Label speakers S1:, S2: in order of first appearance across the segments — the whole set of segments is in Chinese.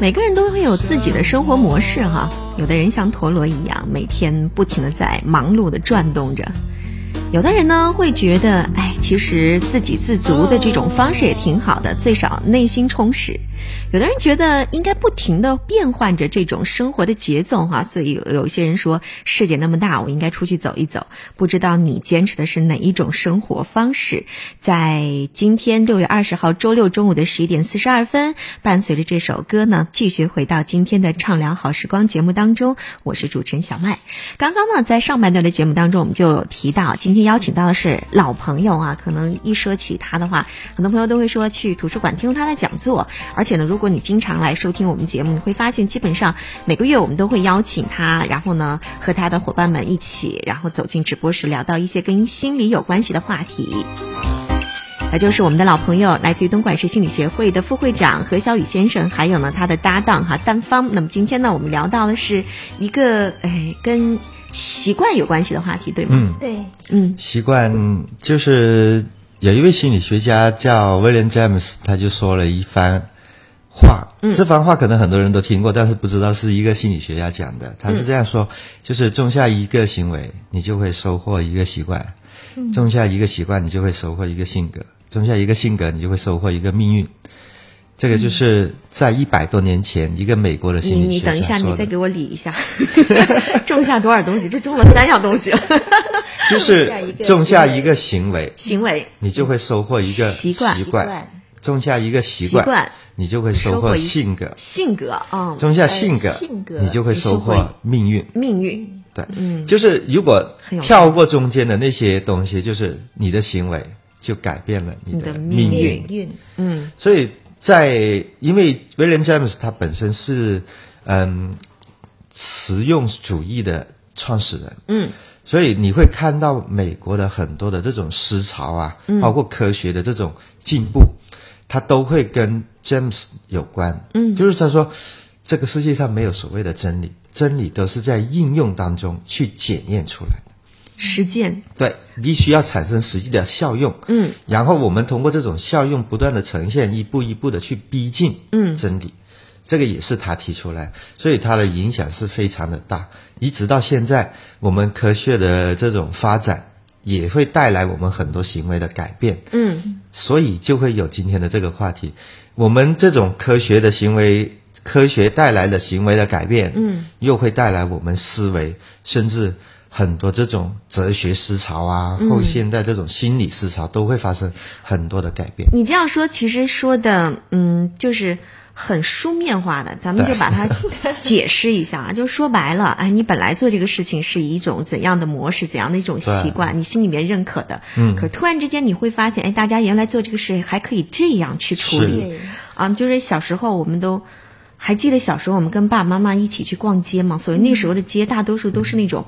S1: 每个人都会有自己的生活模式哈，有的人像陀螺一样，每天不停的在忙碌的转动着；有的人呢会觉得，哎，其实自给自足的这种方式也挺好的，最少内心充实；有的人觉得应该不停的变换着这种生活的节奏哈，所以有有一些人说，世界那么大，我应该出去走一走。不知道你坚持的是哪一种生活方式？在今天六月二十号周六中午的十一点四十二分，伴随着这首歌呢，继续回到今天的畅聊好时光节目当中，我是主持人小麦。刚刚呢，在上半段的节目当中，我们就有提到，今天邀请到的是老朋友啊，可能一说起他的话，很多朋友都会说去图书馆听他的讲座，而且呢，如果你经常来收听我们节目，你会发现基本上每个月我们都会邀请他，然后呢，和他的伙伴们一起，然后走进直播室，聊到一些跟心理有关系的话题。那就是我们的老朋友，来自于东莞市心理协会的副会长何小雨先生，还有呢他的搭档哈单芳。那么今天呢，我们聊到的是一个哎跟习惯有关系的话题，对吗？
S2: 嗯，
S3: 对，
S1: 嗯
S2: 习惯就是有一位心理学家叫威廉詹姆斯，他就说了一番话，
S1: 嗯
S2: 这番话可能很多人都听过，但是不知道是一个心理学家讲的。他是这
S1: 嗯
S2: 样说，就是种下一个行为，你就会收获一个习惯；
S1: 嗯
S2: 种下一个习惯，你就会收获一个性格；种下一个性格，你就会收获一个命运。这个就是在一百多年前，一个美国的
S1: 你
S2: 心理
S1: 嗯你
S2: 学家
S1: 等一下，
S2: 啊说
S1: 你
S2: 的
S1: 再给我理一下， 种下多少东西？这种了三样东西，
S2: 就是种下一个行为，
S1: 行为
S2: 你就会收获一个
S1: 习惯
S2: 习
S3: 习
S2: 惯
S3: 惯，
S2: 种下一个习
S1: 习惯
S2: 惯，你就会收获
S1: 一
S2: 性格，
S1: 性格啊、嗯，
S2: 种下
S3: 呃
S2: 性格
S3: 性，格
S2: 你就会
S3: 你
S2: 收
S3: 是会
S2: 获命运。
S1: 命运
S2: 对，
S1: 嗯
S2: 就是如果
S1: 很有
S2: 跳过中间的那些东西，就是你的行为就改变了
S1: 你
S2: 你
S1: 的
S2: 的
S1: 命
S2: 命
S1: 运
S2: 运。
S3: 运
S1: 嗯
S2: 所以在因为威廉詹姆斯他本身是嗯实用主义的创始人，
S1: 嗯
S2: 所以你会看到美国的很多的这种思潮啊，
S1: 嗯
S2: 包括科学的这种进步，它都会跟 James 有关。
S1: 嗯
S2: 就是他说，这个世界上没有所谓的真理，真理都是在应用当中去检验出来的。
S1: 实践
S2: 对，必须要产生实际的效用。
S1: 嗯
S2: 然后我们通过这种效用不断的呈现，一步一步的去逼近
S1: 嗯
S2: 真理，这个也是他提出来，所以他的影响是非常的大，一直到现在，我们科学的这种发展也会带来我们很多行为的改变，
S1: 嗯
S2: 所以就会有今天的这个话题，我们这种科学的行为。科学带来的行为的改变，
S1: 嗯，
S2: 又会带来我们思维，甚至很多这种哲学思潮啊，
S1: 嗯
S2: 后现代这种心理思潮都会发生很多的改变。
S1: 你这样说，其实说的，嗯，就是很书面化 的，咱们就
S2: 对
S1: 把它解释一下啊，就说白了，哎，你本来做这个事情是以一种怎样的模式，怎样的一种习惯，你心里面认可的，
S2: 嗯
S1: 可突然之间你会发现，哎，大家原来做这个事还可以这样去处
S2: 是
S1: 理，啊，就是小时候我们都。还记得小时候我们跟爸爸妈妈一起去逛街吗？所以那个时候的街大多数都是那种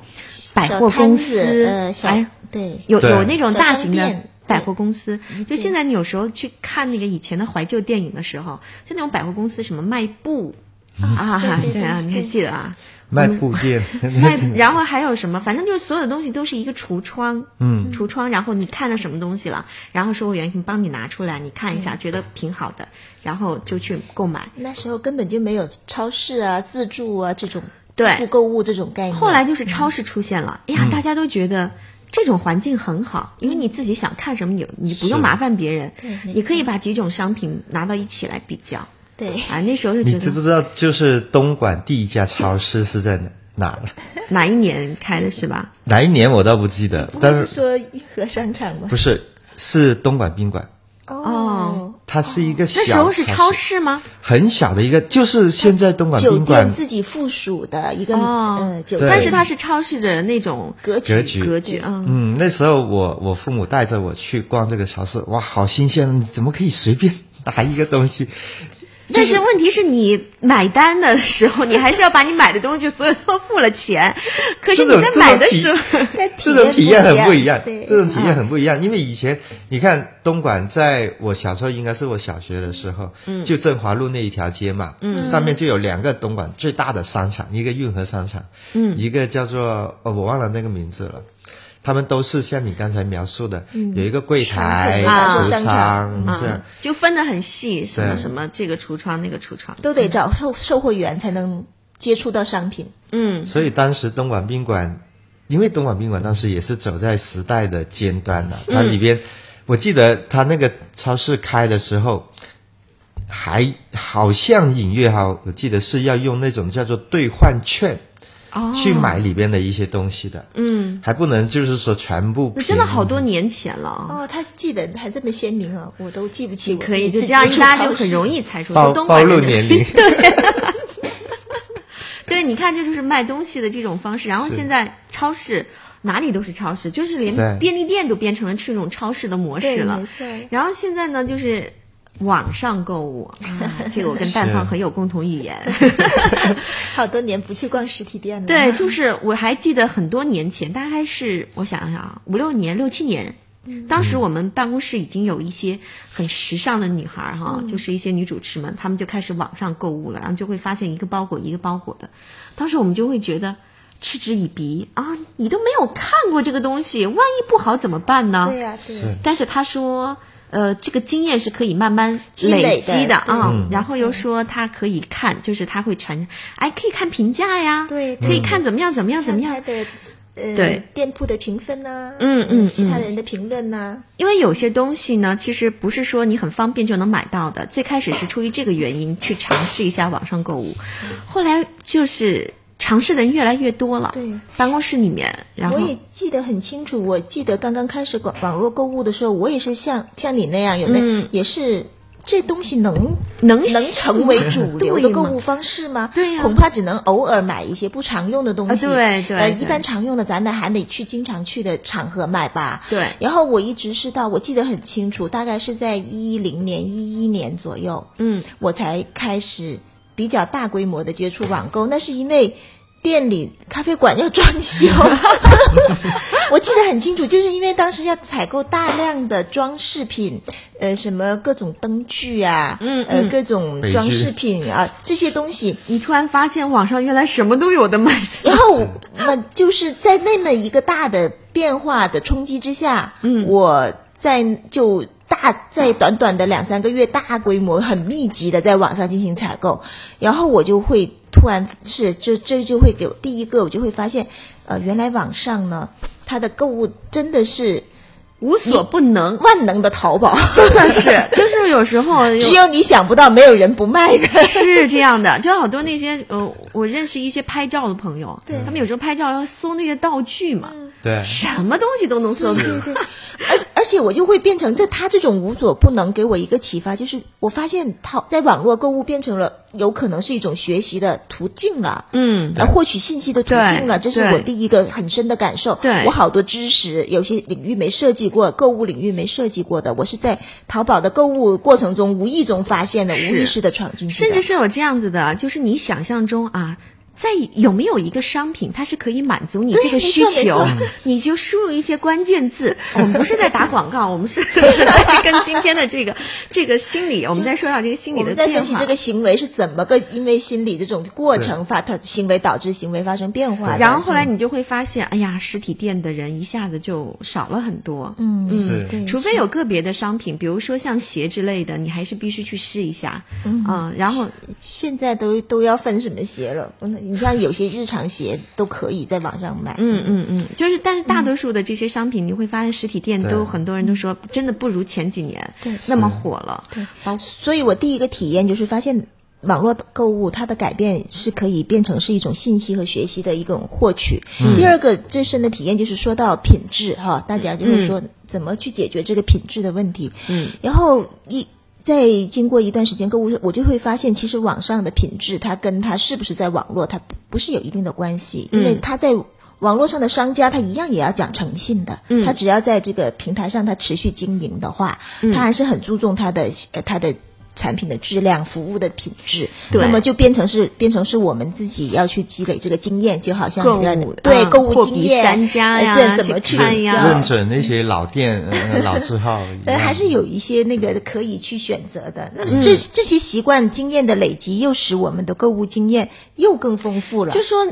S1: 百货公
S3: 嗯小摊
S1: 司，
S3: 子呃小
S1: 哎，
S3: 对
S1: 有
S2: 对
S1: 有那种
S3: 小
S1: 大
S3: 商
S1: 型的
S3: 店
S1: 百
S3: 对
S1: 货公司。就
S3: 对
S1: 现在你有时候去看那个以前的怀旧电影的时候，就那种百货公司什么卖布啊，
S3: 对对
S1: 对 啊，
S3: 对
S1: 你还记得啊？
S2: 卖布店，
S1: 卖，然后还有什么？反正就是所有的东西都是一个橱窗，
S2: 嗯
S1: 橱窗。然后你看了什么东西了，然后售货员你帮你拿出来，你看一下，觉得挺好的，然后就去购买。
S3: 那时候根本就没有超市啊、自助啊这种
S1: 对
S3: 自助购物这种概念。
S1: 后来就是超市出现了，哎呀，
S2: 嗯
S1: 大家都觉得这种环境很好，因为你自己想看什么，你你不用
S2: 是
S1: 麻烦别人
S3: 对，没
S1: 你可以把几种商品拿到一起来比较。
S3: 对
S1: 啊，那时候就觉
S2: 你知不
S1: 得
S2: 知道就是东莞第一家超市是在哪哪 儿？
S1: 哎哪一年开的是吧？
S2: 哪一年我倒不记得
S3: 不，会
S2: 但
S3: 是
S2: 是
S3: 说义和商场吗？
S2: 不是是东莞宾馆，
S1: 哦
S3: 哦，
S2: 它是一个小
S1: 那时候是超
S2: 超，
S1: 市吗？
S2: 很小的一个，就是现在东莞
S3: 酒
S2: 宾
S3: 店
S2: 馆
S3: 自己附属的一个
S1: 哦
S3: 呃，酒
S2: 对
S3: 店，
S1: 但是它是超市的那种
S3: 格
S2: 格
S3: 局
S2: 局
S1: 格局，嗯，
S2: 嗯，那时候我我父母带着我去逛这个超市，哇，好新鲜！你怎么可以随便拿一个东西？
S1: 但是问题是你买单的时候，你还是要把你买的东西所有都付了 钱，可是
S2: 这
S1: 你
S2: 种
S1: 在
S2: 这
S1: 买
S2: 种
S1: 的
S2: 体
S1: 时候，
S3: 但
S2: 这种体验很不一样，
S3: 对
S2: 这种体验
S1: 嗯
S2: 很不一样。因为以前你看东莞，在我小时候，应该是我小学的时候，
S1: 嗯
S2: 就振华路那一条街嘛，
S1: 嗯
S2: 上面就有两个东莞最大的商场，一个运河商场，呃
S1: 嗯
S2: 一个叫做哦我忘了那个名字了。他们都是像你刚才描述的，
S3: 嗯
S2: 有一个柜台、
S1: 商场
S2: 橱
S3: 啊
S2: 窗这样
S1: 啊。，就分得很细，什么
S2: 对
S1: 什么这个橱窗那个橱窗，
S3: 都得找售售货员才能接触到商品。
S1: 嗯
S2: 所以当时东莞宾馆，因为东莞宾馆当时也是走在时代的尖端了、
S1: 嗯
S2: 它里边，我记得它那个超市开的时候，还好像隐约哈，我记得是要用那种叫做兑换券、
S1: 哦
S2: 去买里边的一些东西的，
S1: 嗯，
S2: 还不能就是说全部
S1: 那
S2: 凭。
S1: 真的好多年前了哦。
S3: 哦，他记得还这么鲜明啊，我都记不起
S1: 你
S3: 我。
S1: 可以
S3: 自
S1: 就
S3: 己
S1: 这样，
S3: 接触
S1: 大家
S3: 超
S1: 就很
S3: 市
S1: 容易猜出
S2: 暴
S1: 就东莞人
S2: 暴露
S1: 的
S2: 年龄
S1: 对， 对，你看这就是卖东西的这种方式。然后
S2: 是
S1: 现在超市哪里都是超市，就是连
S2: 对
S1: 便利店都变成了这种超市的模式
S3: 对
S1: 了
S3: 没错。
S1: 然后现在呢，就是。网上购物，啊、 这个我跟蛋芳
S2: 是
S1: 很有共同语 言。
S3: 好多年不去逛实体店了。
S1: 对，就是我还记得很多年前，大概是我想想啊，五六年、六七年。
S3: 嗯
S1: 当时我们办公室已经有一些很时尚的女孩儿哈，
S3: 嗯
S1: 就是一些女主持们，她们就开始网上购物了，然后就会发现一个包裹一个包裹的。当时我们就会觉得嗤之以鼻啊，你都没有看过这个东西，万一不好怎么办呢？
S3: 对呀、对呀、
S2: 是
S1: 但是他说，呃，这个经验是可以慢慢
S3: 积累
S1: 累积
S3: 的
S1: 的啊。
S2: 嗯
S1: 然后又说他可以看，就是他会传，哎，可以看评价呀，
S3: 对
S1: 可以
S2: 嗯
S1: 看怎么样怎么样怎么
S3: 啊看
S1: 样。
S3: 他的呃
S1: 对
S3: 店铺的评分呐、
S1: 嗯嗯
S3: 其他
S1: 嗯
S3: 人的评论呐、
S1: 因为有些东西呢，其实不是说你很方便就能买到的。最开始是出于这个原因去尝试一下网上购物，后来就是尝试的人越来越多了。
S3: 对，
S1: 办公室里面，然后
S3: 我也记得很清楚，我记得刚刚开始网网络购物的时候，我也是像像你那样，有那、
S1: 嗯
S3: 也是。这东西能
S1: 能
S3: 能成为主流的
S1: 对
S3: 购
S1: 嘛
S3: 物方式吗？
S1: 对呀
S3: 恐怕只能偶尔买一些不常用的东西。
S1: 啊对对
S3: 呃，
S1: 对
S3: 一般常用的，咱们还得去经常去的场合买吧。
S1: 对
S3: 然后我一直是到，我记得很清楚，大概是在一零年、一一年左右。
S1: 嗯
S3: 我才开始比较大规模的接触网购。那是因为店里咖啡馆要装 修，我记得很清楚，就是因为当时要采购大量的装饰品，呃，什么各种灯具啊，
S1: 嗯
S3: 呃，
S1: 嗯
S3: 各种
S2: 杯具
S3: 装饰品啊这些东西。
S1: 你突然发现网上原来什么都有的 卖。
S3: 然后，那就是在那么一个大的变化的冲击之下，
S1: 嗯
S3: 我在就大在短短的两三个月，大规模、很密集的在网上进行采购，然后我就会突然是就这就会给我第一个，我就会发现，呃，原来网上呢，它的购物真的是
S1: 无所不能，
S3: 万能的淘宝，
S1: 真的是，就是有时候有
S3: 只有你想不到，没有人不卖的。
S1: 是这样的，就好多那些呃，我认识一些拍照的朋友，他们有时候拍照要搜那些道具嘛，
S2: 对，
S1: 什么东西都能搜。
S3: 嗯对对， 而而且我就会变成，这他这种无所不能给我一个启发，就是我发现他在网络购物变成了有可能是一种学习的途径了。
S1: 嗯，
S3: 呃，获取信息的途径了，
S1: 对
S3: 这是我
S1: 对
S3: 第一个很深的感受。
S1: 对
S3: 我好多知识，有些领域没涉及过，购物领域没涉及过的，我是在淘宝的购物过程中无意中发现的，无
S1: 是
S3: 意识的闯进去嗯的。
S1: 甚至是有这样子的，就是你想象中啊。在有没有一个商品，它是可以满足你
S3: 对
S1: 这个
S3: 没
S1: 需
S3: 错没
S1: 求
S3: 错？
S1: 你就输入一些关键 字。我们不是在打广告，我们是是在跟今天的这个这个心理，我们在说到这个心理
S3: 我
S1: 的
S3: 们在
S1: 变
S3: 分析
S1: 化
S3: 这。个行为是怎么个因为心理这种过程发，它行为导致行为发生变化的。
S1: 然后后来你就会发现，哎呀，实体店的人一下子就少了很多。
S3: 嗯
S2: 是
S3: 对
S1: 除非有个别的商品，比如说像鞋之类的，你还是必须去试一下。
S3: 嗯
S1: 然后
S3: 现在都都要分什么鞋了？嗯你像有些日常鞋都可以在网上买。
S1: 嗯嗯嗯，就是但是大多数的这些商品，你会发现实体店
S2: 对
S1: 都很多人都说，真的不如前几年
S3: 对
S1: 那么火了。嗯
S3: 对
S1: 包括
S3: 所以我第一个体验就是发现，网络购物它的改变是可以变成是一种信息和学习的一种获取。
S2: 嗯
S3: 第二个最深的体验就是说到品质哈，大家就是说怎么去解决这个品质的问题。
S1: 嗯
S3: 然后一。在经过一段时间购物，我就会发现，其实网上的品质，它跟它是不是在网络，它不不是有一定的关系，因为
S1: 嗯
S3: 它在网络上的商家，他一样也要讲诚信的，
S1: 嗯
S3: 他只要在这个平台上他持续经营的话，
S1: 嗯
S3: 他还是很注重他的呃他的产品的质量、服务的品质，
S1: 对
S3: 那么就变成是变成是我们自己要去积累这个经验，就好像
S1: 购
S3: 你的
S1: 物
S3: 对
S1: 啊
S3: 购物
S1: 货
S3: 经
S1: 比
S3: 验，
S1: 三家呀
S3: 呃这怎么
S1: 去
S3: 去
S1: 看呀
S3: 比较
S2: 认准那些老店、呃、老字号一样，
S3: 呃，还是有一些那个可以去选择的。那么这、这些习惯经验的累积，又使我们的购物经验又更丰富了。
S1: 就说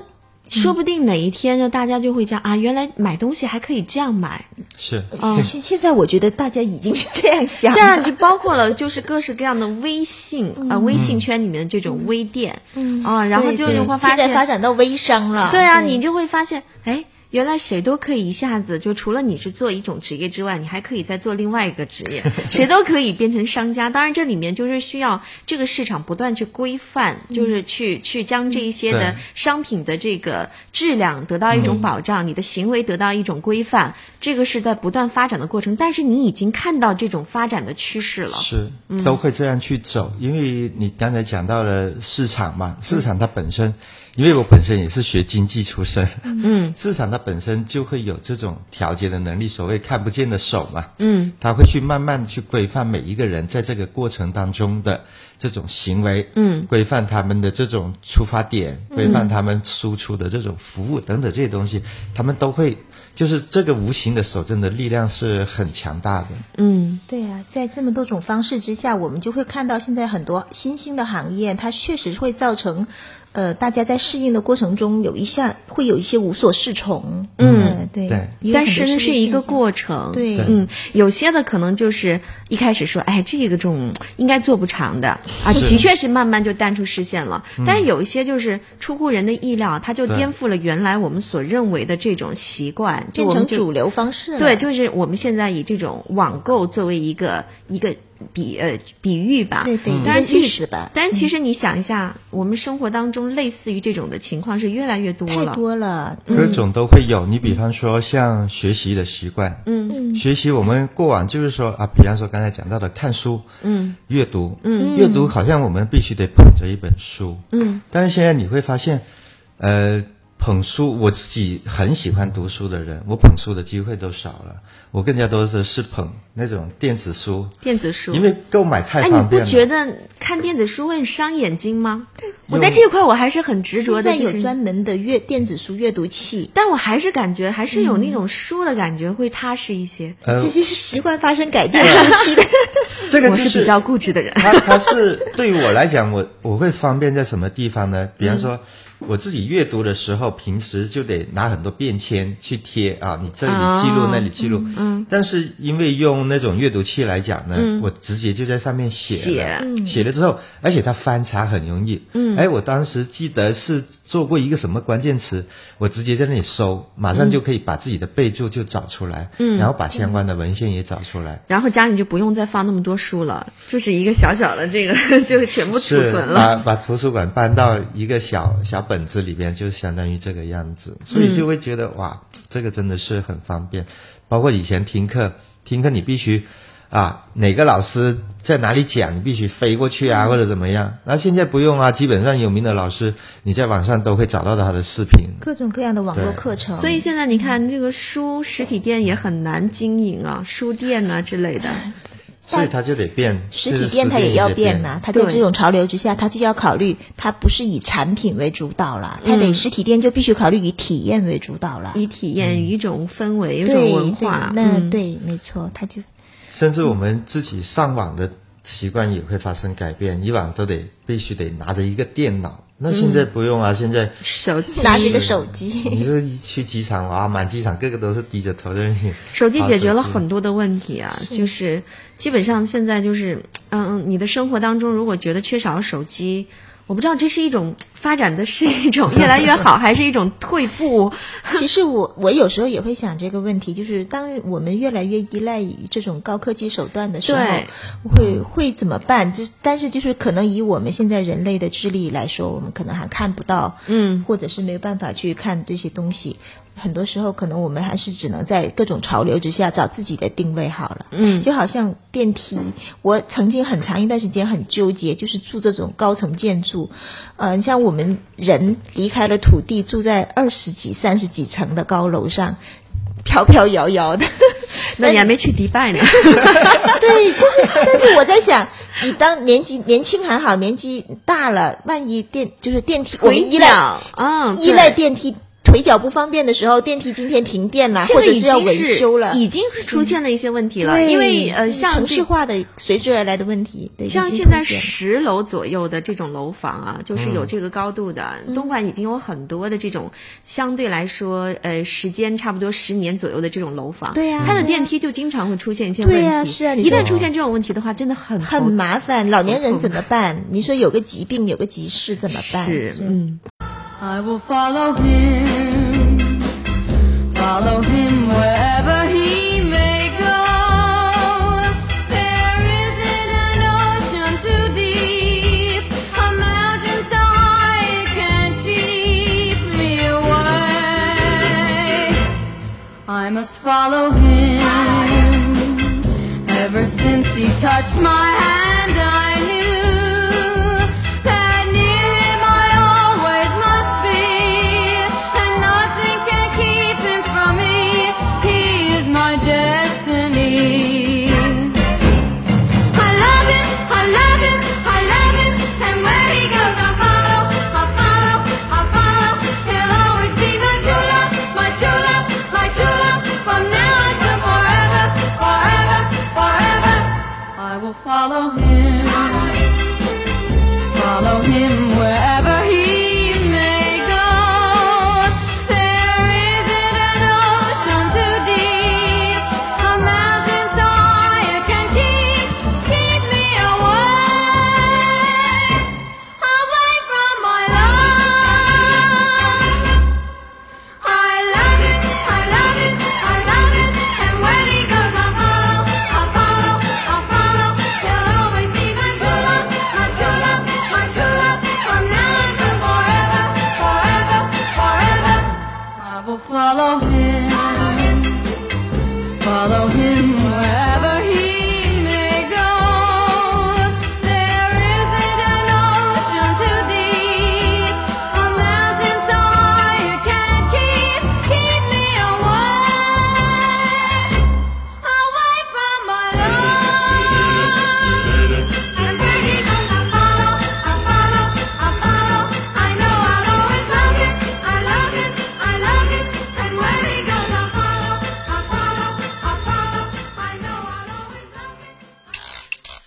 S1: 说不定哪一天就大家就会讲啊，原来买东西还可以这样 买，
S2: 是，
S1: 嗯
S3: 现现在我觉得大家已经是这样想
S1: 这
S3: 了，
S1: 样就包括了就是各式各样的微信啊，微信圈里面的这种微店，
S3: 嗯
S1: 啊，然后就
S2: 对
S1: 你会发
S3: 现在发
S1: 现，
S3: 展到微商了，
S1: 对啊，你就会发现，哎。原来谁都可以一下子就除了你是做一种职业之外，你还可以再做另外一个职业，谁都可以变成商家。当然，这里面就是需要这个市场不断去规范，就是去去将这一些的
S2: 对
S1: 商品的这个质量得到一种保障，你的行为得到一种规范，这个是在不断发展的过程。但是你已经看到这种发展的趋势了，
S2: 是
S1: 嗯，
S2: 都会这样去走，因为你刚才讲到了市场
S1: 嗯
S2: 嘛，市场它本身，因为我本身也是学经济出身，
S1: 嗯
S2: 市场它本身就会有这种调节的能力，所谓看不见的手嘛，
S1: 嗯
S2: 它会去慢慢去规范每一个人在这个过程当中的这种行为，
S1: 嗯
S2: 规范他们的这种出发点，规范他们输出的这种服务等等这些东西，他们都会，就是这个无形的手真的力量是很强大的，
S1: 嗯
S3: 对呀、在这么多种方式之下，我们就会看到现在很多新兴的行业，它确实会造成，呃，大家在适应的过程中有一下会有一些无所适从。
S1: 嗯
S3: 呃对
S2: 对
S3: 也有
S1: 但
S3: 可
S1: 是
S3: 能
S1: 呢，是一个
S3: 现象
S1: 过程。
S3: 对
S1: 嗯，有些的可能就是一开始说，哎，这个种应该做不长的啊，
S2: 是
S1: 的确是慢慢就淡出视线了。
S3: 嗯
S1: 但是有一些就是出乎人的意料，它就
S2: 对
S1: 颠覆了原来我们所认为的这种习惯，就
S3: 变
S1: 我们
S3: 成
S1: 就
S3: 主流方式了。
S1: 对，就是我们现在以这种网购作为一个一个比呃比喻吧，
S3: 对对一
S1: 当
S3: 个
S1: 然其
S3: 例
S1: 实
S3: 子吧嗯
S1: 但是其实你想一下，我们生活当中类似于这种的情况是越来越多
S3: 太
S1: 了，
S3: 多了。
S1: 嗯
S2: 各种都会有。你比方说像学习的习惯，
S1: 嗯
S3: 嗯
S2: 学习我们过往就是说啊，比方说刚才讲到的看书、
S1: 嗯
S2: 阅读，
S1: 嗯
S2: 阅读好像我们必须得捧着一本书，
S1: 嗯
S2: 但是现在你会发现，呃，捧书，我自己很喜欢读书的人，我捧书的机会都少了，我更加多的是捧那种电子书，
S1: 电子书，
S2: 因为购买太
S1: 哎，你
S2: 方便
S1: 不
S2: 了。
S1: 觉得看电子书会伤眼睛吗？我
S2: 有
S1: 在这一块我还是很执着
S3: 嗯现
S1: 的，
S3: 在
S1: 就
S3: 有
S1: 是
S3: 专门的阅电子书阅读器，
S1: 但我还是感觉还
S3: 嗯
S1: 是有那种书的感觉会踏实一些。
S2: 呃
S3: 这，就是习惯发生改变的东西
S2: 这个
S1: 我
S2: 就是是
S1: 比较固执的人
S2: 它它是对于我来讲，我我会方便在什么地方呢？比方
S1: 嗯
S2: 说，我自己阅读的时候，平时就得拿很多便签去贴啊，你这里记录，
S1: 哦
S2: 那里记录。
S1: 嗯
S2: 但是因为用那种阅读器来讲呢，
S1: 嗯
S2: 我直接就在上面写了，
S1: 写
S3: 嗯
S2: 写了之后，而且它翻查很容易。
S1: 嗯
S2: 哎，我当时记得是做过一个什么关键词，我直接在那里搜，马上就可以把自己的备注就找出来，
S1: 嗯
S2: 然后把相关的文献也找出来。
S1: 然后家里就不用再放那么多书了，就是一个小小的这个 就全部储
S2: 是啊
S1: 存
S2: 把
S1: 了。
S2: 把图书馆搬到一个小小本子里边，就相当于这个样子，所以就会觉
S3: 嗯
S2: 得、哇，这个真的是很方便。包括以前听课，听课你必须啊，哪个老师在哪里讲，你必须飞过去
S3: 嗯
S2: 啊，或者怎么样。那现在不用啊，基本上有名的老师，你在网上都会找到他的视频。
S3: 各种各样的网络
S2: 对
S3: 课程。
S1: 所以现在你看，这个书实体店也很难经营啊，书店啊之类的。
S3: 哎
S2: 所以他就得变，
S3: 实
S2: 就
S3: 体
S2: 是
S3: 店它也要变啊
S2: 变
S3: 呐、它在
S1: 对
S3: 这种潮流之下，它就要考虑，它不是以产品为主导了，它得
S1: 嗯
S3: 实体店就必须考虑以体验为主导了。
S1: 以体验一种氛围，一
S3: 对
S1: 种文化，
S3: 对那
S1: 嗯
S3: 对，没错，它就
S2: 甚至我们自己上网的习惯也会发生改变，以往都得必须得拿着一个电脑，那现在不用
S1: 嗯
S2: 啊，现在
S1: 手机
S3: 拿着一个手机，
S2: 你说一去机场哇，满机场个个都是低着头在那里，
S1: 手机解决了很多
S2: 多。
S1: 的问题啊，就是基本上现在就是，嗯，你的生活当中如果觉得缺少了手机，我不知道这是一种发展的是一种 越来越好，还是一种退步？
S3: 其实我我有时候也会想这个问题，就是当我们越来越依赖于这种高科技手段的时候
S1: 对，
S3: 会会怎么办？就但是就是可能以我们现在人类的智力来说，我们可能还看不到，
S1: 嗯
S3: 或者是没有办法去看这些东西。很多时候，可能我们还是只能在各种潮流之下找自己的定位好了。
S1: 嗯
S3: 就好像电梯，我曾经很长一段时间很纠结，就是住这种高层建筑。呃，你像我们人离开了土地，住在二十几、三十几层的高楼上，飘飘摇摇的。
S1: 那你还没去迪拜呢。
S3: 对，但是但是我在想，你当年纪年轻还 好，年纪大了，万一电就是电梯，我
S1: 回
S3: 们依赖
S1: 脚，嗯，
S3: 依
S1: 对
S3: 赖电梯腿脚不方便的时候，电梯今天停电了，
S1: 这
S3: 或
S1: 个
S3: 者
S1: 已
S3: 是要
S1: 经
S3: 维修了，
S1: 已经是出现了一些问题了，
S3: 对嗯
S1: 因为呃，像
S3: 城
S1: 这
S3: 市化的随之而来的问题，对
S1: 像
S3: 已经
S1: 现在
S3: 出现了
S1: 十楼左右的这种楼房啊，就是有这个高度的，
S3: 嗯
S1: 东莞已经有很多的这种相对来说，呃，时间差不多十年左右的这种楼房，
S3: 对呀
S1: 它的
S3: 对呀
S1: 电梯就经常会出现一些问题，
S3: 对呀是啊你
S1: 一旦
S3: 说
S1: 出现这种问题的话，真的很头
S3: 很麻烦，老年人怎么办？你说有个疾病，有个急事怎么办？
S1: 是，嗯，
S4: I will follow him, follow him wherever he may go. There isn't an ocean too deep, a mountain so high it can't keep me away. I must follow him. Ever since he touched my hand, I knew that near him I always must be, and nothing can keep him from me. He is my destiny. I love him, I love him, I love him, and where he goes I follow, I follow, I follow. He'll always be my true love, my true love, my true love. From now on to forever, forever, forever. I will follow him, follow him wherever he may go. There isn't an ocean too deep, a mountain so high it can keep keep me away, away from my love. I love it, I love it, I love it, and where he goes I follow, I follow, I follow. He'll always be my true love, my true love, my true love. From now on to forever, forever, forever. I will follow him. Follow him wherever he may go. There isn't an ocean too deep, a mountain so high it can't keep keep me away, away from my love. And where he goes, I follow, I follow, I follow. I know I'll always love him. I love him, I love him. And where he goes, I follow, I follow, I follow. I know I'll always love him.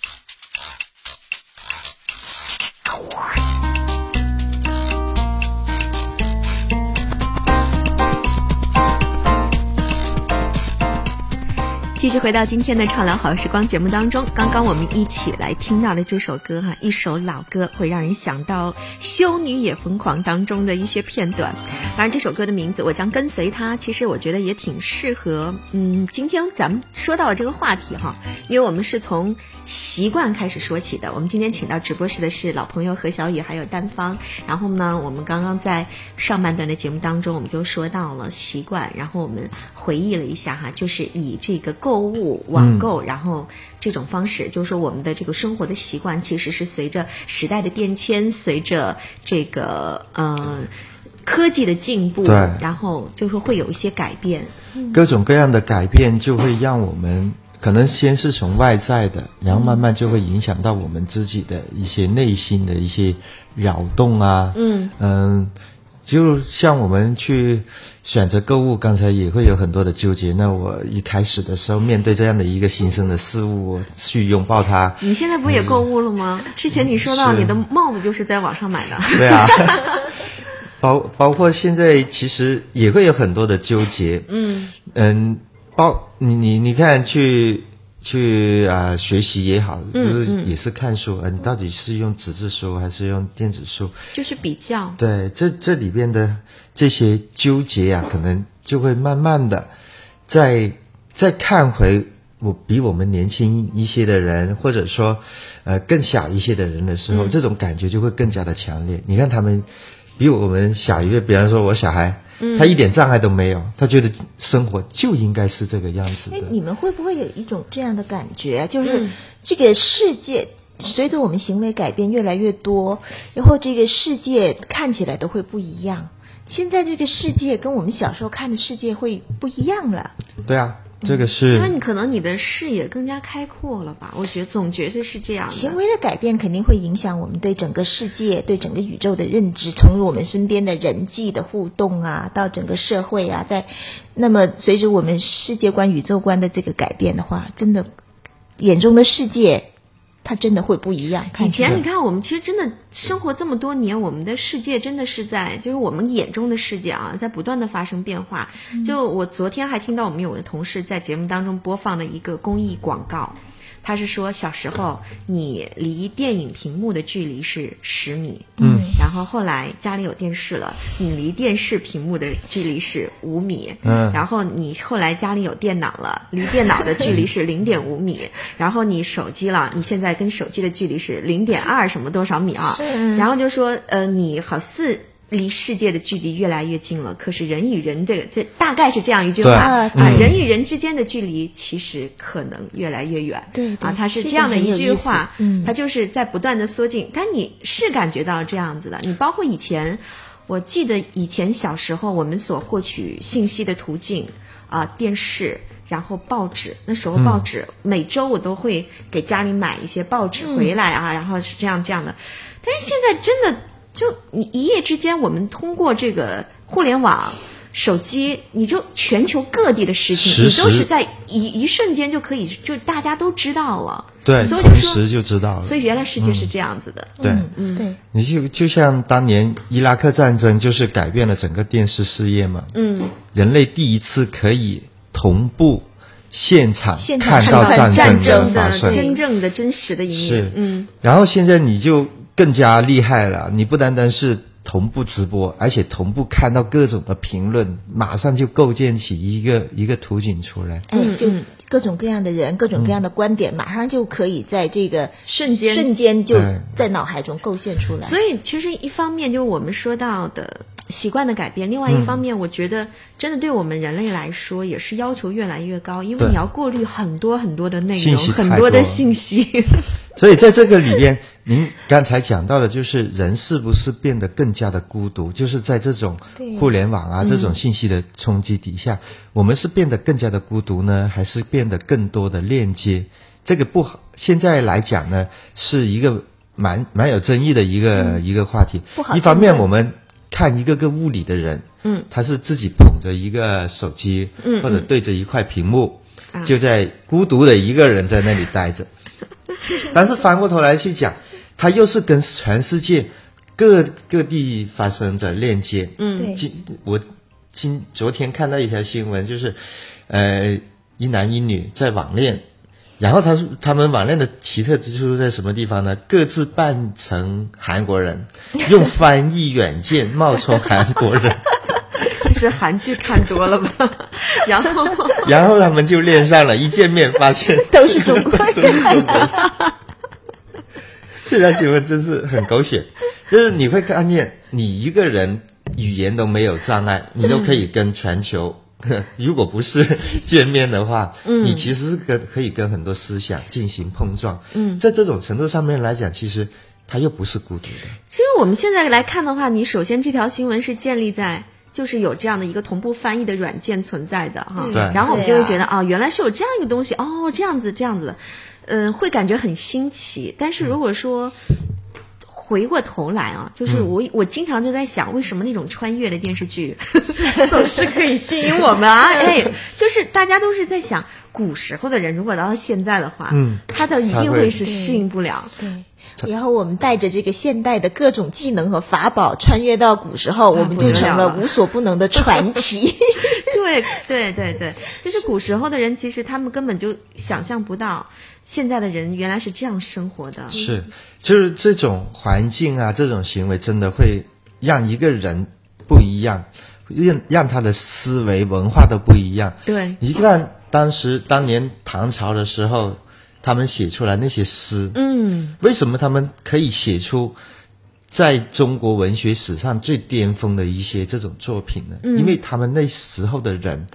S1: 继续回到今天的《畅聊好时光》节目当中，刚刚我们一起来听到的这首歌哈、一首老歌，会让人想到《修女也疯狂》当中的一些片段。当然，这首歌的名字我将跟随它，其实我觉得也挺适合。嗯，今天咱们说到了这个话题哈，因为我们是从习惯开始说起的。我们今天请到直播室的是老朋友何小雨，还有丹芳。然后呢，我们刚刚在上半段的节目当中，我们就说到了习惯，然后我们回忆了一下哈，就是以这个购物、网购，然后这种方式，就是说我们的这个生活的习惯，其实是随着时代的变迁，随着这个嗯、呃科技的进步，
S2: 对
S1: 然后就说会有一些改变。
S2: 各种各样的改变就会让我们可能先是从外在的，然后慢慢就会影响到我们自己的一些内心的一些扰动啊，
S1: 嗯
S2: 嗯，就像我们去选择购物，刚才也会有很多的纠结。那我一开始的时候面对这样的一个新生的事物，我去拥抱它，
S1: 你现在不也购物了吗？之前你说到
S2: 嗯是
S1: 你的帽子就是在网上买的，
S2: 对啊，包包括现在其实也会有很多的纠结，
S1: 嗯
S2: 嗯，包你你你看去去啊、学习也好，就
S1: 嗯
S2: 是
S1: 嗯
S2: 也是看书，呃，你到底是用纸质书还是用电子书？
S1: 就是比较。
S2: 对，这这里边的这些纠结啊，可能就会慢慢的再再看回我比我们年轻一些的人，或者说呃更小一些的人的时候，这种感觉就会更加的强烈。你看他们比我们小一个，比方说我小孩，
S1: 嗯
S2: 他一点障碍都没有，他觉得生活就应该是这个样子
S3: 哎
S2: 的，。
S3: 你们会不会有一种这样的感觉，就是
S1: 嗯
S3: 这个世界随着我们行为改变越来越多，然后这个世界看起来都会不一样。现在这个世界跟我们小时候看的世界会不一样了，
S2: 对啊，这个是
S1: 嗯那你可能你的视野更加开阔了吧？我觉得总觉得是这样的。
S3: 行为的改变肯定会影响我们对整个世界、对整个宇宙的认知，从我们身边的人际的互动啊，到整个社会啊，在那么随着我们世界观、宇宙观的这个改变的话，真的眼中的世界，它真的会不一样。看
S1: 以
S3: 起来
S1: 前你看，我们其实真的生活这么多年，我们的世界真的是在，就是我们眼中的世界啊，在不断的发生变化。就我昨天还听到我们有的同事在节目当中播放的一个公益广告，他是说小时候你离电影屏幕的距离是十米，
S2: 嗯
S1: 然后后来家里有电视了，你离电视屏幕的距离是五米，
S2: 嗯
S1: 然后你后来家里有电脑了，离电脑的距离是零点五米，然后你手机了，你现在跟手机的距离是零点二什么多少米啊？
S3: 是
S1: 然后就说呃，你好似。离世界的距离越来越近了，可是人与人这个这大概是这样一句话
S2: 对
S1: 啊、
S2: 嗯
S1: 人与人之间的距离其实可能越来越远。
S3: 对对
S1: 啊，它是
S3: 这
S1: 这
S3: 个
S1: 样的
S3: 很有
S1: 一句
S3: 意思
S1: 话，
S3: 嗯
S1: 它就是在不断的缩进，但你是感觉到这样子的。你包括以前，我记得以前小时候我们所获取信息的途径啊、电视。然后报纸，那时候
S2: 嗯
S1: 报纸、每周我都会给家里买一些报纸回来啊，然后是这样这样的。但是现在真的就你一夜之间，我们通过这个互联网、手机，你就全球各地的事情，
S2: 实
S1: 你都
S2: 时
S1: 是在一一瞬间就可以，就大家都知道了。
S2: 对
S1: 所以就
S2: 同
S1: 说
S2: 时就知道了
S1: 所以原来世界是
S2: 嗯
S1: 这样子的。
S2: 对
S3: 嗯，对，
S2: 你就就像当年伊拉克战争，就是改变了整个电视事业嘛。
S1: 嗯，
S2: 人类第一次可以同步现场
S3: 现场
S2: 看到
S3: 看到
S2: 战
S3: 战争
S2: 争
S3: 的
S2: 发
S1: 的
S2: 生，
S1: 真正的真实的一面
S2: 是，
S1: 嗯，
S2: 然后现在你就更加厉害了，你不单单是同步直播，而且同步看到各种的评论，马上就构建起一个一个图景出来。
S3: 哎，
S1: 嗯
S3: 就
S1: 嗯
S3: 各种各样的人，各种各样的观点，马上就可以在这个
S1: 瞬间
S3: 瞬间就
S2: 哎
S3: 在脑海中构建出来。
S1: 所以其实一方面就是我们说到的习惯的改变，另外一
S2: 嗯
S1: 方面我觉得真的对我们人类来说也是要求越来越高，因为
S2: 对
S1: 你要过滤很多很多的内
S2: 信
S1: 容，
S2: 息
S1: 很
S2: 太
S1: 多的
S2: 多了
S1: 信息。
S2: 所以在这个里边，您刚才讲到的，就是人是不是变得更加的孤独？就是在这种
S3: 对
S2: 互联网啊、这种信息的冲击底下，我们是变得更加的孤独呢，还是变得更多的链接？这个不好，现在来讲呢，是一个蛮蛮有争议的一个、
S1: 嗯
S2: 一个话题。
S3: 不好
S2: 一
S3: 定
S2: 方面
S3: 论
S2: 我们看一个个物理的人，
S1: 嗯
S2: 他是自己捧着一个手机，
S1: 嗯
S2: 或者
S1: 嗯
S2: 对着一块屏幕，
S1: 啊
S2: 就在孤独的一个人在那里待着。 但是翻过头来去讲，它又是跟全世界各各地发生着链接。
S1: 嗯
S3: 对
S2: 今我今昨天看到一条新闻，就是呃一男一女在网恋，然后他是他们网恋的奇特之处在什么地方呢？各自扮成韩国人， 用翻译软件冒充韩国人，
S1: 就是韩剧看多 了吧，然后。
S2: 然后他们就恋上了，一见面发现
S3: 都是中国 人
S2: 都是中国人。 这条新闻真是很狗血，就是你会看见你一个人语言都没有障碍，你都可以跟全球。 如果不是见面的话，
S1: 嗯
S2: 你其实是跟可以跟很多思想进行碰撞，
S1: 嗯
S2: 在这种程度上面来讲，其实他又不是孤独的，
S1: 其实我们现在来看的话，你首先这条新闻是建立在。就是有这样的一个同步翻译的软件存在的哈
S3: 嗯，
S2: 对
S1: 然后我们就
S3: 对
S1: 会
S3: 啊
S1: 觉得啊、原来是有这样一个东西，哦，这样子这样子的，嗯、会感觉很新奇。但是如果说回过头来啊，就是
S2: 嗯
S1: 我、我经常就在想，为什么那种穿越的电视剧总是可以吸引我们啊？哎，就是大家都是在想，古时候的人如果到现在的话，
S2: 嗯
S1: 他的一
S2: 他
S1: 定
S2: 会
S1: 会是适应不了。
S3: 对，然后我们带着这个现代的各种技能和法宝，穿越到古时候，
S1: 啊
S3: 我们就成了无所不能的传奇。
S1: 对对对对，就是古时候的人，其实他们根本就想象不到现在的人原来是这样生活的。
S2: 是，就是这种环境啊，这种行为真的会让一个人不一样，让让他的思维文化都不一样，
S1: 对，
S2: 你看当时当年唐朝的时候，他们写出来那些诗，
S1: 嗯，
S2: 为什么他们可以写出在中国文学史上最巅峰的一些这种作品呢？
S1: 嗯
S2: 因为他们那时候的人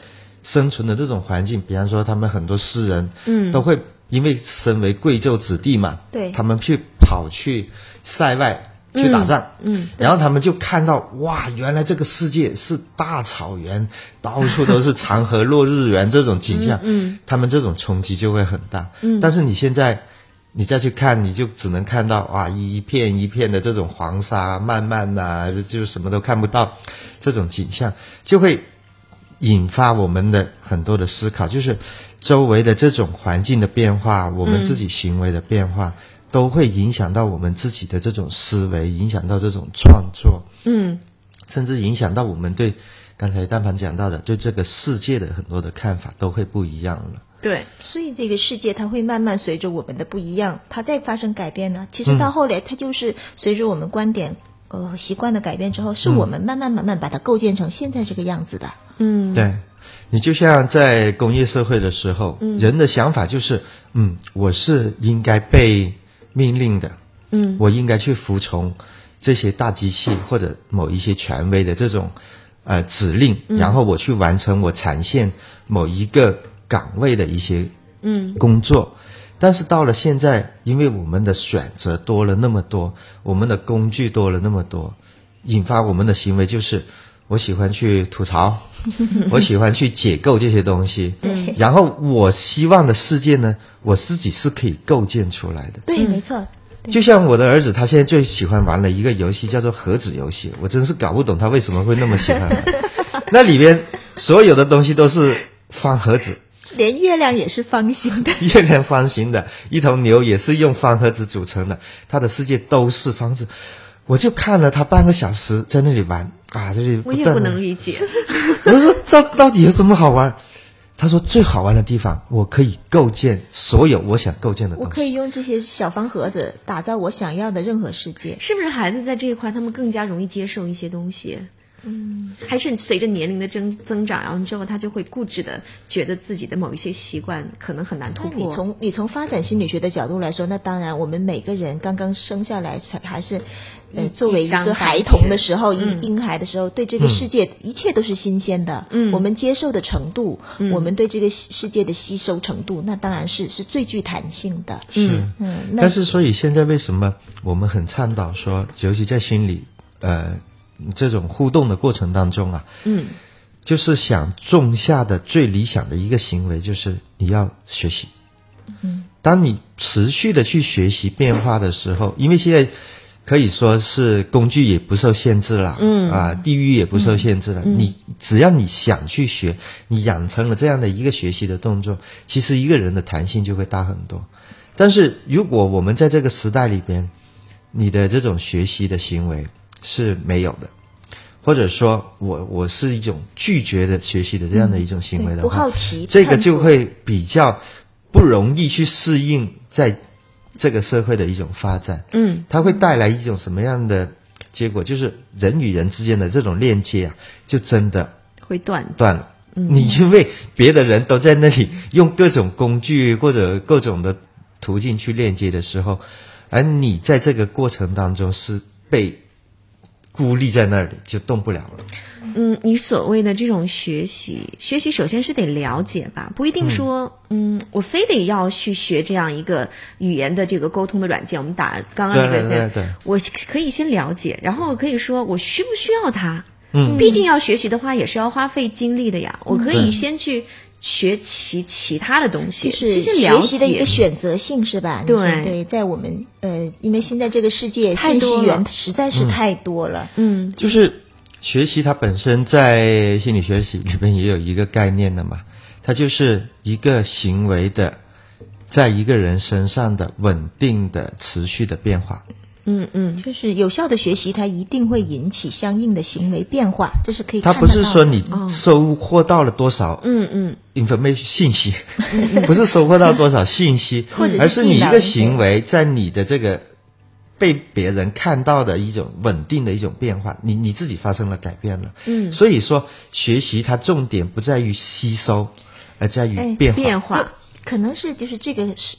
S2: 生存的这种环境，比方说他们很多诗人，
S1: 嗯
S2: 都会因为身为贵胄子弟嘛，
S3: 对
S2: 他们去跑去塞外。去打仗，
S3: 嗯嗯对
S2: 然后他们就看到哇，原来这个世界是大草原，到处都是长河落日圆这种景象，
S3: 嗯嗯
S2: 他们这种冲击就会很大，
S3: 嗯
S2: 但是你现在。你再去看，你就只能看到哇，一片一片的这种黄沙，漫漫呐、就什么都看不到，这种景象就会引发我们的很多的思考，就是周围的这种环境的变化，我们自己行为的变化，都会影响到我们自己的这种思维，影响到这种创作，
S3: 嗯
S2: 甚至影响到我们对刚才但凡讲到的对这个世界的很多的看法都会不一样了。
S1: 对，
S3: 所以这个世界它会慢慢随着我们的不一样，它在发生改变呢。其实到后来，它就是随着我们观点、呃习惯的改变之后，是我们慢慢慢慢把它构建成现在这个样子的。
S1: 嗯，
S2: 对，你就像在工业社会的时候，
S3: 嗯
S2: 人的想法就是，嗯，我是应该被命令的，
S3: 嗯
S2: 我应该去服从这些大机器或者某一些权威的这种呃指令，
S3: 嗯
S2: 然后我去完成我产线某一个岗位的一些
S3: 嗯
S2: 工作。但是到了现在，因为我们的选择多了那么多，我们的工具多了那么多，引发我们的行为就是，我喜欢去吐槽， 我喜欢去解构这些东西，
S3: 对
S2: 然后我希望的世界呢，我自己是可以构建出来的。
S3: 对，
S1: 嗯
S3: 没错。对
S2: 就像我的儿子，他现在最喜欢玩的一个游戏叫做盒子游戏，我真是搞不懂他为什么会那么喜欢 玩。那里边所有的东西都是方盒子，
S3: 连月亮也是方形 的。
S2: 月亮方形的，一头牛也是用方盒子组成的，他的世界都是方子。我就看了他半个小时在那里玩啊，这里
S1: 我也
S2: 断
S1: 不
S2: 地
S1: 能理解。
S2: 我说这到底有什么好玩？他说最好玩的地方，我可以构建所有我想构建的东
S3: 我
S2: 西。
S3: 可以用这些小方盒子打造我想要的任何世界。
S1: 是不是孩子在这一块，他们更加容易接受一些东西？
S3: 嗯，
S1: 还是随着年龄的增增长，然后之后他就会固执的觉得自己的某一些习惯可能很难突
S3: 那你
S1: 破。嗯
S3: 从你从发展心理学的角度来说，那当然，我们每个人刚刚生下来才还是，呃，
S1: 一
S3: 作为
S1: 一
S3: 一
S1: 张
S3: 个
S1: 白
S3: 孩
S1: 纸
S3: 童的时候，
S1: 嗯
S3: 婴婴孩的时候，对这个世界、一切都是新鲜的。
S1: 嗯
S3: 我们接受的程度，
S1: 嗯
S3: 我们对这个世世界的吸收程度，那当然是是最具弹性的。
S2: 是，
S3: 嗯那
S2: 但是所以现在为什么我们很倡导说，尤其在心理呃这种互动的过程当中啊，
S1: 嗯
S2: 就是想种下的最理想的一个行为，就是你要学习。
S3: 嗯，
S2: 当你持续的去学习变化的时候，因为现在可以说是工具也不受限制了，
S1: 嗯
S2: 啊，地域也不受限制了。
S3: 嗯
S2: 你只要你想去学，你养成了这样的一个学习的动作，其实一个人的弹性就会大很多。但是如果我们在这个时代里边，你的这种学习的行为是没有的。或者说我我是一种拒绝的学习的这样的一种行为的话，
S3: 嗯对不好奇
S2: 这个
S3: 探索
S2: 就会比较不容易去适应在这个社会的一种发展。
S1: 嗯
S2: 它会带来一种什么样的结果？就是人与人之间的这种链接啊，就真的
S1: 会断。
S2: 断了。
S1: 嗯
S2: 你因为别的人都在那里用各种工具或者各种的途径去链接的时候，而你在这个过程当中是被孤立在那里，就动不了了。
S1: 嗯，你所谓的这种学习，学习首先是得了解吧，不一定说，嗯我非得要去学这样一个语言的这个沟通的软件。我们打刚刚那个，
S2: 对对对对
S1: 我可以先了解，然后我可以说我需不需要它。
S2: 嗯
S1: 毕竟要学习的话，也是要花费精力的呀。我可以
S2: 对
S1: 先去学其其他的东西，
S3: 就是
S1: 先了
S3: 学
S1: 解
S3: 习的一个选择性是吧？你说
S1: 对
S3: 对，在我们呃，因为现在这个世界
S1: 太
S3: 信
S1: 多
S3: 息
S1: 了
S3: 源实在是
S2: 嗯
S3: 太多了。
S1: 嗯
S2: 就是学习它本身在心理学习里面也有一个概念的嘛，它就是一个行为的，在一个人身上的稳定的、持续的变化。
S1: 嗯嗯，
S3: 就是有效的学习，它一定会引起相应的行为变化，这是可以
S2: 它
S3: 看
S2: 不
S3: 得到的。嗯
S2: 是说你
S1: 哦
S2: 收获到了多少
S1: 嗯嗯
S2: information 信息，不是收获到多少信息
S3: 嗯或者，是
S2: 而是你一
S3: 技
S2: 个
S3: 能
S2: 行为在你的这个。被别人看到的一种稳定的一种变化，你你自己发生了改变了，
S1: 嗯
S2: 所以说学习它重点不在于吸收，而在于
S3: 哎
S2: 变化。
S1: 变化，
S3: 可能是就是这个是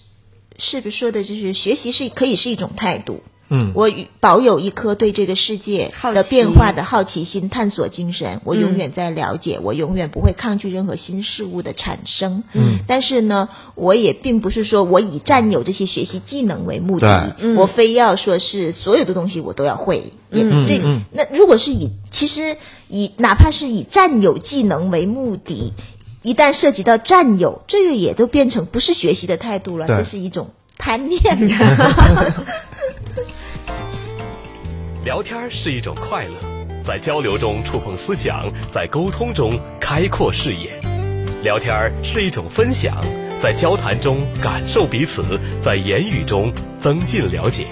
S3: 是不是说的，就是学习是可以是一种态度，
S2: 嗯
S3: 我与保有一颗对这个世界
S1: 好
S3: 的
S1: 奇
S3: 变化的好奇心、探索精神，我永
S1: 嗯
S3: 远在了解，我永远不会抗拒任何新事物的产生。
S2: 嗯
S3: 但是呢，我也并不是说我以占有这些学习技能为目的，
S1: 对嗯
S3: 我非要说是所有的东西我都要会。也
S1: 嗯
S3: 这
S2: 嗯
S3: 那如果是以其实以哪怕是以占有技能为目的，一旦涉及到占有，这个也都变成不是学习的态度了，
S2: 对
S3: 这是一种 贪念。
S5: 聊天儿是一种快乐，在交流中触碰思想，在沟通中开阔视野。聊天儿是一种分享，在交谈中感受彼此，在言语中增进了解。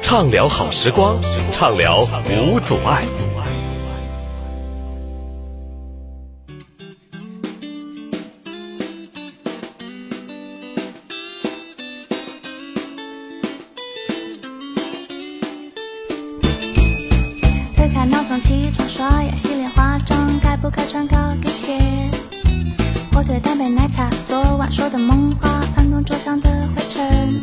S5: 畅聊好时光，畅聊无阻碍。
S6: 推开闹钟，起床刷牙、洗脸、化妆，该不该穿高跟鞋？火腿蛋白奶茶，昨晚说的梦话，办公桌上的灰尘，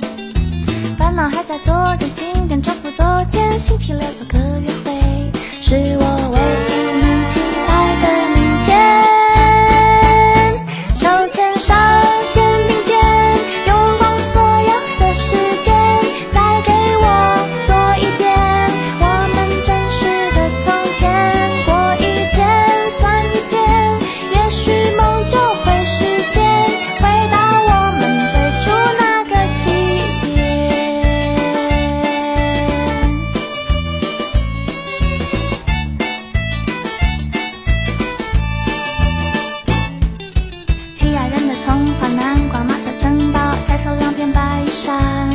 S6: 烦恼还在昨天，今天重复昨天，星期六有个约会，是我为你们期待的明天。手牵手，肩并肩，拥抱所有的时间，再给我多一点，我们真实的从前。过一天算一天，也许梦就会实现，回到我们最初那个起点。七雅人的童话，南瓜、马车、城堡，抬头两片白衣衫，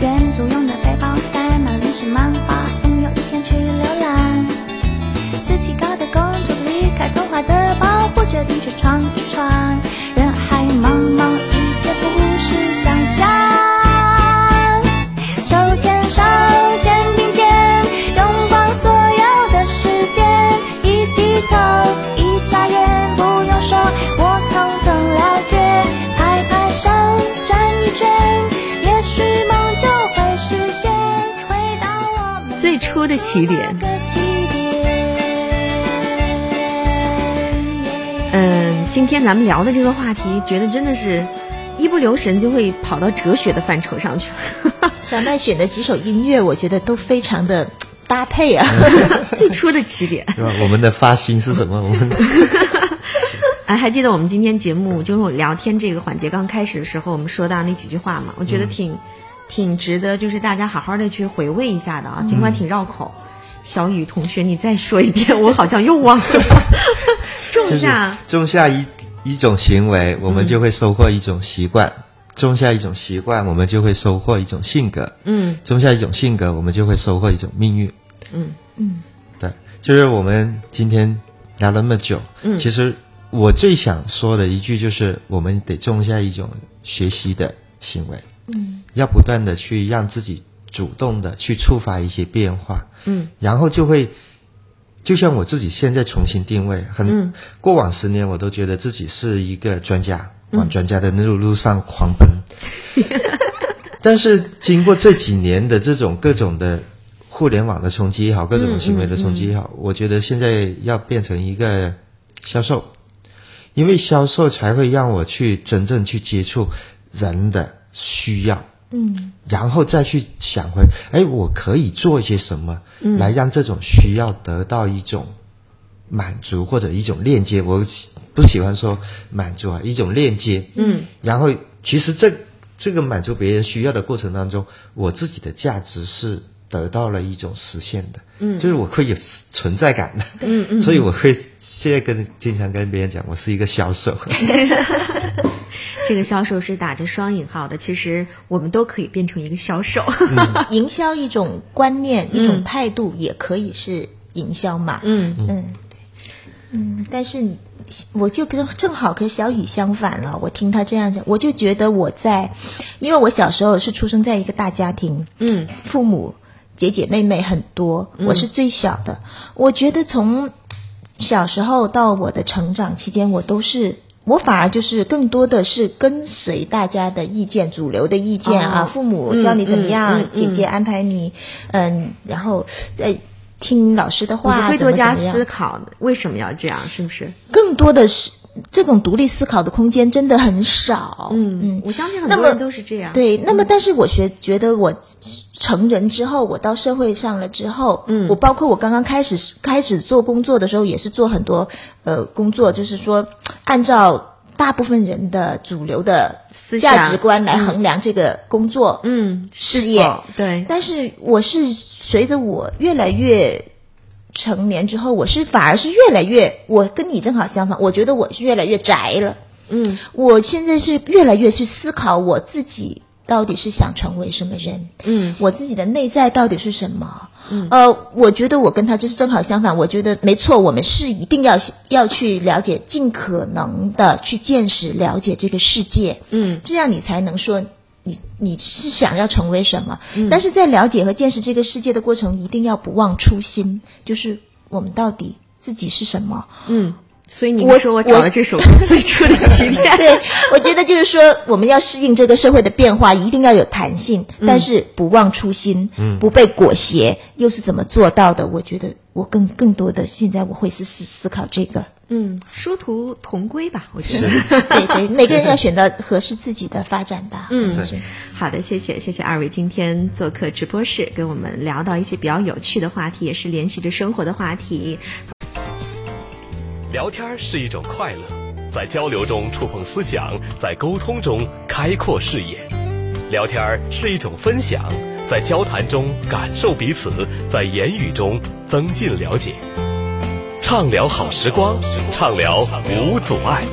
S6: 远足用的背包塞满零食、漫画，总有一天去浏览。志气高的公主离开童话的保护，决定去闯一闯。人海茫茫，一切不是想象。手牵手，肩并肩，拥抱所有的时间。一低头，一眨眼，不用说，我统统了解。拍拍手，转一圈，也许梦就会实现。回到我们。
S1: 最初的起点。嗯，今天咱们聊的这个话题，觉得真的是一不留神就会跑到哲学的范畴上去 了。
S3: 小麦选的几首音乐，我觉得都非常的搭配啊。
S1: 最初的起点。
S2: 对吧？我们的发心是什么？我 们
S1: 哎，还记得我们今天节目就是我聊天这个环节刚开始的时候，我们说到那几句话嘛，我觉得挺、挺值得，就是大家好好的去回味一下的啊，尽管挺绕口。小雨同学，你再说一遍，我好像又忘了。
S2: 就
S1: 种
S2: 是
S1: 下，
S2: 种下一一种行为，我们
S1: 嗯
S2: 就会收获一种习惯；种下一种习惯，我们就会收获一种性格；
S1: 嗯
S2: 种下一种性格，我们就会收获一种命运。
S1: 嗯
S3: 嗯，
S2: 对，就是我们今天聊了那么久，
S1: 嗯
S2: 其实我最想说的一句就是，我们得种下一种学习的行为，
S3: 嗯，
S2: 要不断的去让自己主动的去触发一些变化，
S1: 嗯，
S2: 然后就会。就像我自己现在重新定位，很、
S1: 嗯
S2: 过往十年我都觉得自己是一个专家，往
S1: 嗯
S2: 专家的路路上狂奔，但是经过这几年的这种各种的互联网的冲击也好，各种行为的冲击也好，我觉得现在要变成一个销售，因为销售才会让我去真正去接触人的需要，
S3: 嗯，
S2: 然后再去想回，哎，我可以做一些什么
S1: 嗯
S2: 来让这种需要得到一种满足或者一种链接。我不喜欢说满足啊，一种链接。
S1: 嗯，
S2: 然后其实这这个满足别人需要的过程当中，我自己的价值是得到了一种实现的，
S1: 嗯
S2: 就是我会有存在感的，
S1: 嗯嗯
S2: 所以我会现在跟经常跟别人讲，我是一个 销售，
S1: 这个销售是打着双引号的，其实我们都可以变成一个销售。
S3: 营销一种观念、
S1: 嗯
S3: 一种态度，也可以是营销嘛。
S1: 嗯
S3: 嗯嗯，但是你我就跟正好跟小雨相反了。我听他这样讲，我就觉得我在，因为我小时候是出生在一个大家庭，
S1: 嗯
S3: 父母姐姐妹妹很多，
S1: 嗯
S3: 我是最小的。我觉得从小时候到我的成长期间，我都是我反而就是更多的是跟随大家的意见，主流的意见啊，
S1: 哦
S3: 父母
S1: 嗯
S3: 教你怎么样，
S1: 嗯嗯
S3: 姐姐安排你，嗯，然后呃听老师的
S1: 我
S3: 话，
S1: 会
S3: 怎
S1: 多
S3: 么怎
S1: 加
S3: 么样
S1: 思考，为什么要这样？是不是？
S3: 更多的是这种独立思考的空间真的很少。
S1: 嗯
S3: 嗯，
S1: 我相信很
S3: 那
S1: 多人
S3: 么
S1: 都是这样
S3: 对，那么
S1: 嗯
S3: 但是我觉觉得我成人之后，我到社会上了之后，
S1: 嗯
S3: 我包括我刚刚开始开始做工作的时候，也是做很多呃工作，就是说按照。大部分人的主流的
S1: 思想
S3: 价值观来衡量这个工作，
S1: 嗯
S3: 事业，
S1: 哦对
S3: 但是我是随着我越来越成年之后，我是反而是越来越，我跟你正好相反，我觉得我是越来越宅了。
S1: 嗯，
S3: 我现在是越来越去思考我自己到底是想成为什么人，
S1: 嗯
S3: 我自己的内在到底是什么，
S1: 嗯
S3: 呃，我觉得我跟他就是正好相反，我觉得没错，我们是一定要要去了解，尽可能的去见识、了解这个世界，
S1: 嗯
S3: 这样你才能说。你你是想要成为什么？
S1: 嗯
S3: 但是在了解和见识这个世界的过程，一定要不忘初心，就是我们到底自己是什么？
S1: 嗯，所以你
S3: 我
S1: 说我
S3: 我
S1: 找了这首歌最初的起 点，
S3: 对，我觉得就是说，我们要适应这个社会的变化，一定要有弹性，
S1: 嗯
S3: 但是不忘初心，
S2: 嗯
S3: 不被裹挟，又是怎么做到的？我觉得我更更多的现在我会是思思考这个。
S1: 嗯，殊途同归吧，我觉得。
S3: 对对，每个人要选择合适自己的发展吧。
S1: 嗯
S2: 对，
S1: 好的，谢谢谢谢二位今天做客直播室，跟我们聊到一些比较有趣的话题，也是联系着生活的话题。
S5: 聊天是一种快乐，在交流中触碰思想，在沟通中开阔视野。聊天是一种分享，在交谈中感受彼此，在言语中增进了解。畅聊好时光，畅聊无阻碍。